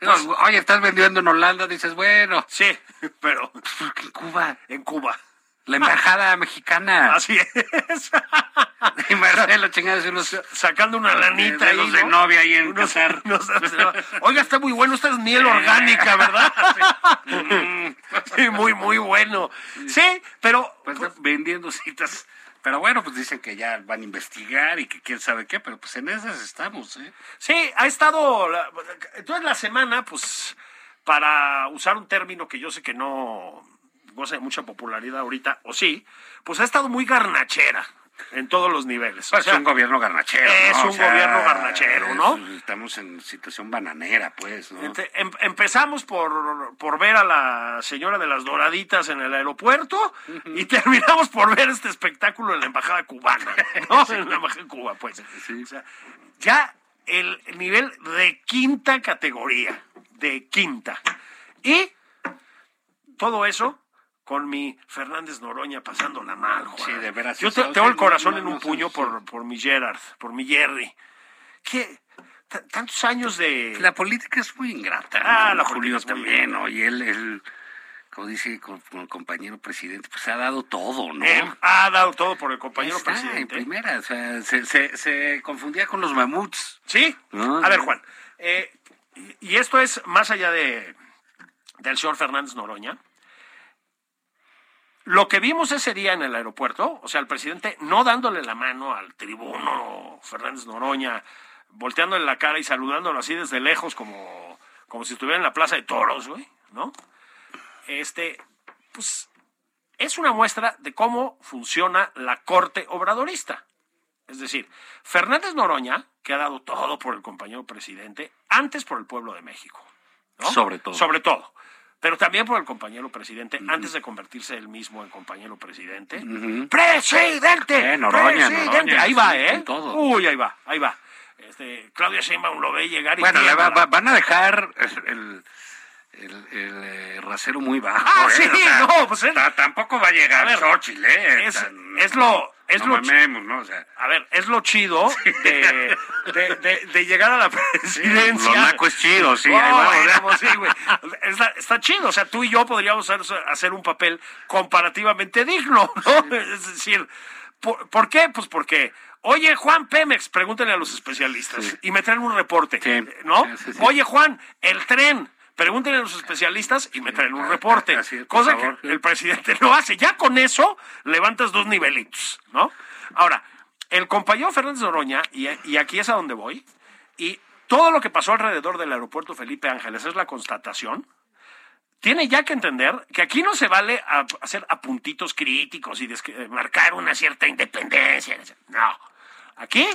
No, oye, estás vendiendo en Holanda, dices, bueno, pues, Sí, (laughs) pero ¿por qué en Cuba? en Cuba. La embajada mexicana. Así es. (laughs) Y (laughs) Marcelo, chingados, unos Sacando una lanita de ahí, los de ¿no? (laughs) novia ahí en Unos- Qatar. unos- Oiga, está muy bueno, esta es miel (laughs) orgánica, ¿verdad? (laughs) Mm, Sí, muy, muy bueno. Sí, pero (laughs) Pues, vendiendo citas. Pero bueno, pues dicen que ya van a investigar y que quién sabe qué, pero pues en esas estamos, ¿eh? Sí, ha estado. la- Entonces, la semana, pues, para usar un término que yo sé que no goza de mucha popularidad ahorita, o sí, pues ha estado muy garnachera en todos los niveles. O Pues sea, es un gobierno garnachero. es ¿no? un gobierno garnachero, ¿no? es- estamos en situación bananera, pues, ¿no? ente- em- empezamos por, por ver a la señora de las doraditas en el aeropuerto y (laughs) terminamos por ver este espectáculo en la embajada cubana, (laughs) ¿no? En la embajada de Cuba, pues. O sea, ya el nivel de quinta categoría, de quinta. Y todo eso con mi Fernández Noroña pasándola mal, Juan. Sí, de veras, Yo o te- sea, tengo el no, corazón no, en no, un no, puño sí. por, por mi Gerard, por mi Jerry. ¿Qué? T- Tantos años de... La política es muy ingrata. Ah, la política Julio es muy también, ingrata. ¿no? Y él, él, como dice con, con el compañero presidente, pues ha dado todo, ¿no? Él Em ha dado todo por Ah. el Ahí compañero Eh, está, en presidente. primera, o sea, se, se, se confundía con los mamuts. Sí. No, A ver, no. Juan. eh, y- y esto es más allá de del señor Fernández Noroña. Lo que vimos ese día en el aeropuerto, o sea, el presidente no dándole la mano al tribuno Fernández Noroña, volteándole la cara y saludándolo así desde lejos como, como si estuviera en la Plaza de Toros, güey, ¿no? Este, pues es una muestra de cómo funciona la corte obradorista. Es decir, Fernández Noroña, que ha dado todo por el compañero presidente, antes por el pueblo de México. ¿no? Sobre todo. Sobre todo. Pero también por el compañero presidente, antes de convertirse él mismo en compañero presidente. ¡Presidente! Eh, Noroña, ¡Presidente! Noroña, ahí va, sí, ¿eh? con todo. Uy, ahí va, ahí va. Este, Claudia Sheinbaum lo ve llegar y Bueno, le va- tiembla. va- van a dejar el, el- el, eh, rasero muy bajo. Ah, ¿eh? sí, O sea, no, pues él- ta- tampoco va a llegar A ver, Xochitl, ¿eh? es- Tan- es lo- es no lo- mamemos, ¿no? O sea, A ver, es lo chido de, de- de- de llegar a la (laughs) presidencia. lo naco es chido, sí, Oh, ahí va, bueno, ¿verdad? pues sí, güey. Está, está chido, o sea, tú y yo podríamos hacer, hacer un papel comparativamente digno, ¿no? Es decir, ¿por, por qué? Pues porque, oye, Juan Pemex, pregúntale a los especialistas y me traen un reporte, Sí. ¿no? Sí, sí, sí. Oye, Juan, el tren. Pregúntenle a los especialistas y me traen un reporte. así es, por cosa favor. que el presidente (laughs) lo hace. Ya con eso levantas dos nivelitos, ¿no? Ahora, el compañero Fernández Noroña, y, y aquí es a donde voy, y todo lo que pasó alrededor del aeropuerto Felipe Ángeles es la constatación. Tiene ya que entender que aquí no se vale a- hacer apuntitos críticos y descri- marcar una cierta independencia. No. Aquí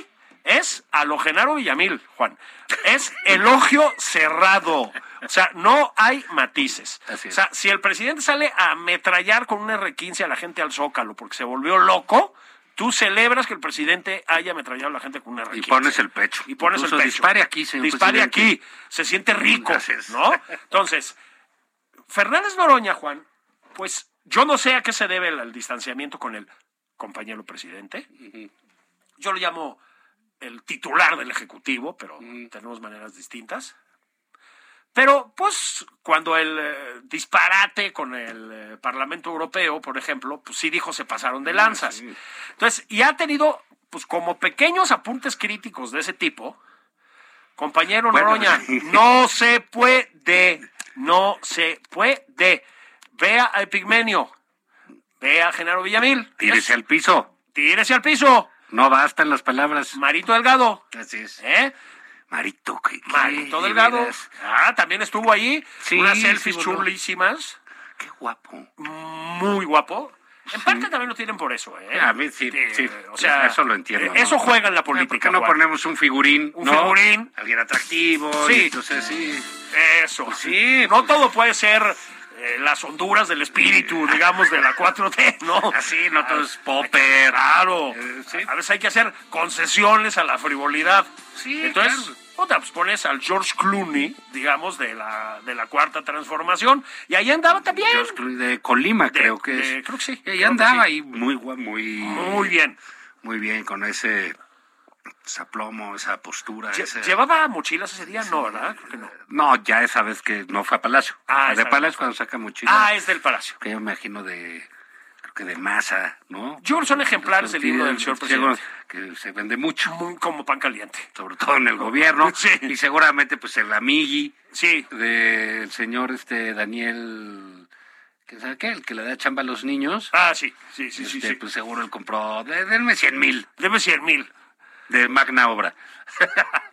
es a lo Genaro Villamil, Juan. (laughs) Es elogio cerrado. O sea, no hay matices. Así es. O sea, si el presidente sale a ametrallar con un R15 a la gente al Zócalo porque se volvió loco, tú celebras que el presidente haya ametrallado a la gente con un R15. Y pones el pecho. Y pones Incluso el pecho. dispare aquí, señor Dispare presidente. aquí. Se siente rico, Gracias. ¿no? Entonces, Fernández Noroña, Juan, pues yo no sé a qué se debe el, el distanciamiento con el compañero presidente. Yo lo llamo el titular del Ejecutivo, pero tenemos maneras distintas. Pero, pues, cuando el eh, disparate con el eh, Parlamento Europeo, por ejemplo, pues sí dijo se pasaron Ah, de lanzas. Entonces, y ha tenido, pues, como pequeños apuntes críticos de ese tipo, Compañero Bueno, Noroña, sí. (laughs) no se puede, no se puede. Vea al Pigmenio, vea a Genaro Villamil, Tírese al piso. tírese al piso. No bastan las palabras. Marito Delgado, Así es. ¿eh? Marito, ¿qué, qué, Marito de Delgado. veras? Ah, también estuvo ahí. Sí, unas sí, selfies voló. chulísimas. Qué guapo. Muy guapo. En parte también lo tienen por eso, ¿eh? A mí sí, sí, O sea, eso lo entiendo, eh, ¿no? Eso juega en la Oye, política. ¿Por qué no Juan. ponemos un figurín? Un ¿no? figurín. Alguien atractivo. Sí. y Entonces, sí. Eso. sí, No pues- todo puede ser eh, las honduras del espíritu, digamos, de la 4T, ¿no? Así, no todo es popper. Claro. Eh, sí. A veces hay que hacer concesiones a la frivolidad. Sí, Entonces, claro. otra, pues pones al George Clooney, digamos, de la, de la cuarta transformación, y ahí andaba también. Yo excluí de Colima, De- creo que de- es. creo que sí, Y ahí creo que andaba sí. ahí muy, gua- muy, Muy bien. muy bien con ese saplomo, esa postura. Lle- ese- ¿Llevaba mochilas ese día? No, ¿verdad? Creo que no. No, ya esa vez que no fue a Palacio. Ah, Fue de esa Palacio vez. cuando saca mochila. Ah, es del Palacio. Que yo me imagino de, creo que de masa, ¿no? Yo son ejemplares del Sí, libro del el- señor sí, presidente. Que se vende mucho, Muy como pan caliente. sobre todo en el gobierno. (laughs) Sí. Y seguramente, pues, el amigui Sí. del señor este Daniel, ¿qué sabe qué? El que le da chamba a los niños. Ah, sí, sí, sí, sí. Este, sí. Pues seguro él compró, de- denme 100 mil Debe 100 mil. de magna obra.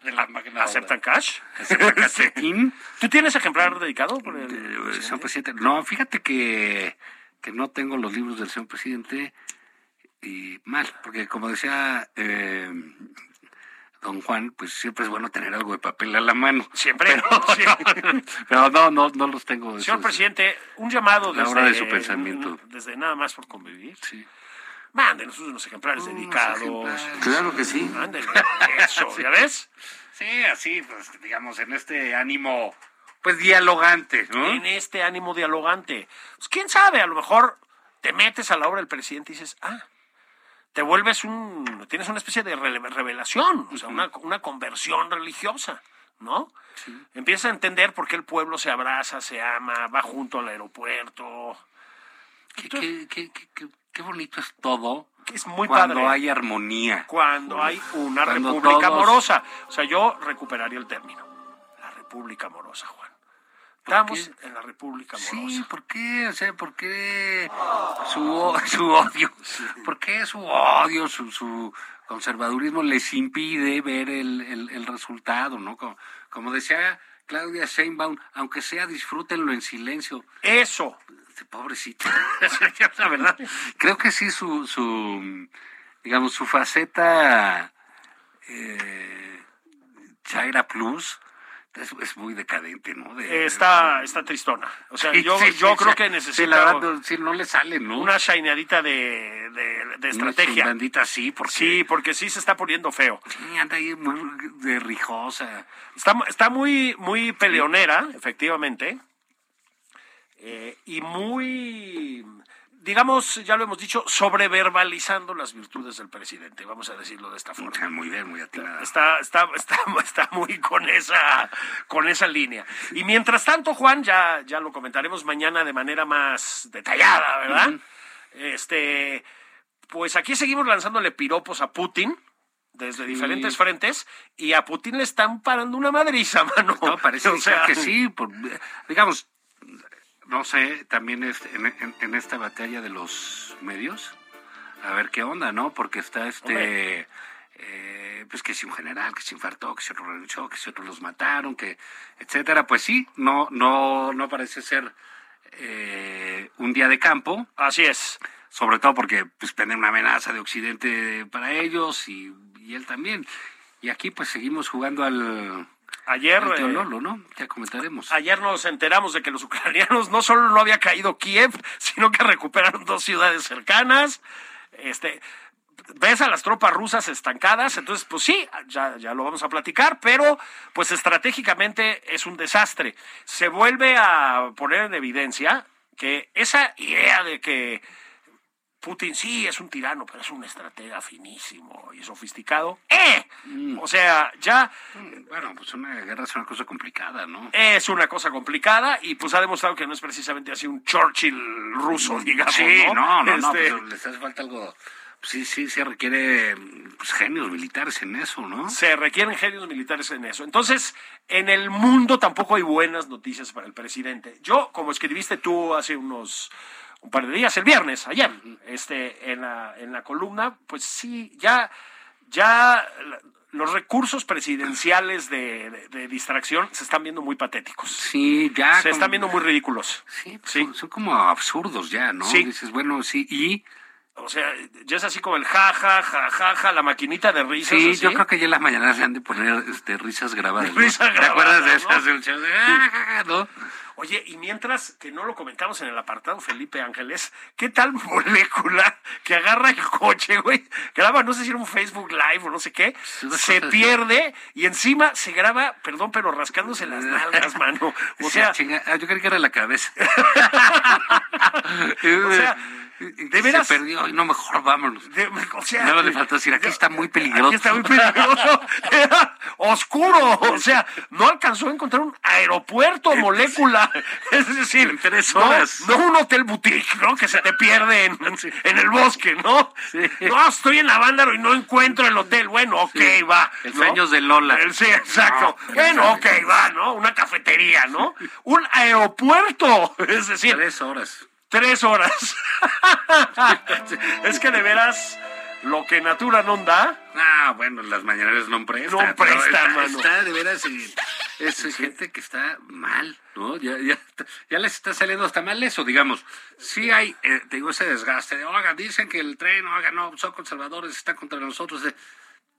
de la magna ¿Aceptan cash? ¿Aceptan cachetín? ¿Tú tienes ejemplar dedicado por el Eh, presidente? señor presidente. No, fíjate que, que no tengo los libros del señor presidente y mal, porque como decía eh, don Juan, pues siempre es bueno tener algo de papel a la mano. Siempre. Pero, Sí. (laughs) pero no, no, no los tengo. Señor esos. presidente, un llamado pues, La desde, hora de su pensamiento. desde nada más por convivir. Sí. Mándenos unos ejemplares dedicados. ejemplares. Claro que sí. Mándenos. (laughs) Eso, ¿ya ves? Sí, así, pues digamos, en este ánimo, pues dialogante, ¿no? En este ánimo dialogante. Pues quién sabe, a lo mejor te metes a la obra del presidente y dices, ah, te vuelves un, tienes una especie de rele- revelación, o sea, una, una conversión religiosa, ¿no? Empiezas a entender por qué el pueblo se abraza, se ama, va junto al aeropuerto. Qué, qué- qué- qué- qué- qué bonito es todo Que Es muy cuando padre. hay armonía. cuando hay una Cuando república todos- amorosa. O sea, yo recuperaría el término. La república amorosa, Juan. Estamos en la república amorosa. Sí, ¿por qué? O sea, ¿por qué su, o- (laughs) su odio? ¿Por qué su odio, su, su conservadurismo les impide ver el, el- el resultado, no? Como, como decía Claudia Sheinbaum, aunque sea disfrútenlo en silencio. Este, Eso. (laughs) Pobrecita. La verdad, creo que sí su, su digamos, su faceta eh, Chaira Plus es, es muy decadente, ¿no? De- Está, está tristona. O sea, Sí, yo, sí, yo sí, creo sí. que Sí, la necesita verdad, no, sí, no le sale, ¿no? una shineadita de, de, de Una estrategia. bandita sí, porque Sí, porque sí se está poniendo feo. sí, anda ahí muy de rijosa. Está, está muy, muy peleonera, efectivamente. eh, y muy, digamos, ya lo hemos dicho, sobreverbalizando las virtudes del presidente, vamos a decirlo de esta O forma. sea, (laughs) muy bien, muy atinada. Está, está, está, está muy con esa, con esa línea. Y mientras tanto, Juan, ya, ya lo comentaremos mañana de manera más detallada, ¿verdad? Este, pues aquí seguimos lanzándole piropos a Putin desde diferentes frentes y a Putin le están parando una madriza, (laughs) mano. No, parece O sea, que sí, por- digamos, no sé, también este, en, en- en esta batalla de los medios, a ver qué onda, ¿no? Porque está este, Hombre. eh, pues que si un general, que se infartó, que se otro renunció, que si otros los mataron, que etcétera, pues sí, no, no, no parece ser eh, un día de campo, Así es. sobre todo porque pues tener una amenaza de Occidente para ellos y, y él también. Y aquí pues seguimos jugando al... Ayer, al tío eh, Lolo, Ah, ¿no? Ya comentaremos. ayer nos enteramos de que los ucranianos no solo no había caído Kiev, sino que recuperaron dos ciudades cercanas. Este, ves a las tropas rusas estancadas, entonces pues sí, ya, ya lo vamos a platicar, pero pues estratégicamente es un desastre. Se vuelve a poner en evidencia que esa idea de que Putin sí es un tirano, pero es un estratega finísimo y sofisticado. ¡Eh! O sea, ya Bueno, pues una guerra es una cosa complicada, ¿no? es una cosa complicada y pues ha demostrado que no es precisamente así un Churchill ruso, digamos. Mm, sí, no, no, no, Este, pues, les hace falta algo, sí, sí, se requiere pues, genios militares en eso, ¿no? Se requieren genios militares en eso. Entonces, en el mundo tampoco hay buenas noticias para el presidente. Yo, como escribiste tú hace unos un par de días, el viernes, ayer, este, en la, en la columna, pues sí, ya, ya la- los recursos presidenciales de, de- de distracción se están viendo muy patéticos. Sí, ya. Se como- están viendo muy ridículos. Ah, Sí, pues, Sí. Son, son como absurdos ya, ¿no? Sí. Dices, bueno, sí, y. O sea, ya es así como el ja, ja, ja, ja, ja, la maquinita de risas. Sí, así. yo creo que ya en las mañanas se han de poner este, risas grabadas. ¿no? Risas ¿Te acuerdas de grabadas, esas? ¿no? del show de, "Ah, ja, ja", ¿no? Oye, y mientras que no lo comentamos en el apartado, Felipe Ángeles, ¿qué tal (laughs) molécula que agarra el coche, güey? Graba, no sé si era un Facebook Live o no sé qué, una se cosa de- pierde y encima se graba, perdón, pero rascándose las nalgas, mano. (laughs) O Sí, sea, chinga, ah, yo creí que era la cabeza. (laughs) o sea, de veras. Se perdió. Ay, No, mejor vámonos. de- o sea, Nada le faltó decir, aquí está muy peligroso. Aquí está (laughs) muy peligroso. Era oscuro. O sea, no alcanzó a encontrar un aeropuerto molécula. Es decir, Eh, En tres no- horas. No, un hotel boutique, ¿no? Que se te pierde en, (laughs) en el bosque, ¿no? Sí. No, estoy en Avándaro y no encuentro el hotel. Bueno, ok, va. El ¿no? sueños de Lola. Ah, El- sí, exacto. No, bueno, ok, exacto. va, ¿no? Una cafetería, ¿no? Un aeropuerto. (laughs) Es decir, Tres horas. (laughs) Tres horas. es que de veras, lo que Natura no da. Ah, bueno, las mañaneras no prestan. No prestan, pero está, mano. está, de veras, eh, es gente que está mal, ¿no? Ya, ya, ya les está saliendo hasta mal eso, digamos. Sí hay, eh, te digo, ese desgaste de, oiga, dicen que el tren, oiga, no, son conservadores, están contra nosotros. eh,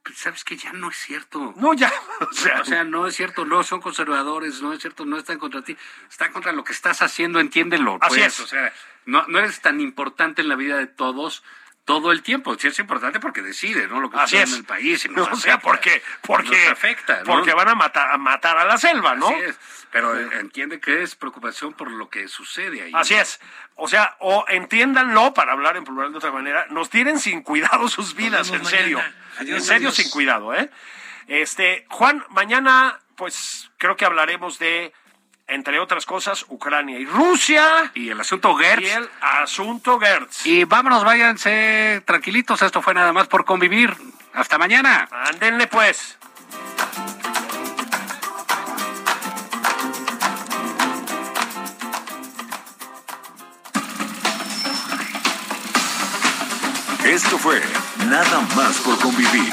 pues, ¿Sabes que Ya no es cierto. No, ya. (laughs) O sea, O sea, no es cierto, no son conservadores, no es cierto, no están contra ti, están contra lo que estás haciendo, entiéndelo. Así pues, es. O sea, no, no eres tan importante en la vida de todos todo el tiempo. Sí es importante porque decide, ¿no? Lo que así sucede es. en el país. Y nos (laughs) o sea, afecta, porque, porque, nos afecta, ¿no? porque van a matar, a matar a la selva, ¿no? Así es. Pero eh, entiende que es preocupación por lo que sucede ahí. Así es. O sea, o entiéndanlo para hablar en plural de otra manera. Nos tienen sin cuidado (laughs) sus vidas, en vemos serio. mañana. Adiós, en serio, adiós. sin cuidado, ¿eh? Este, Juan, mañana, pues creo que hablaremos de, entre otras cosas, Ucrania y Rusia. Y el asunto Gertz. Y el asunto Gertz. Y vámonos, váyanse tranquilitos. Esto fue nada más por convivir. Hasta mañana. Ándenle pues. Esto fue Nada más por convivir.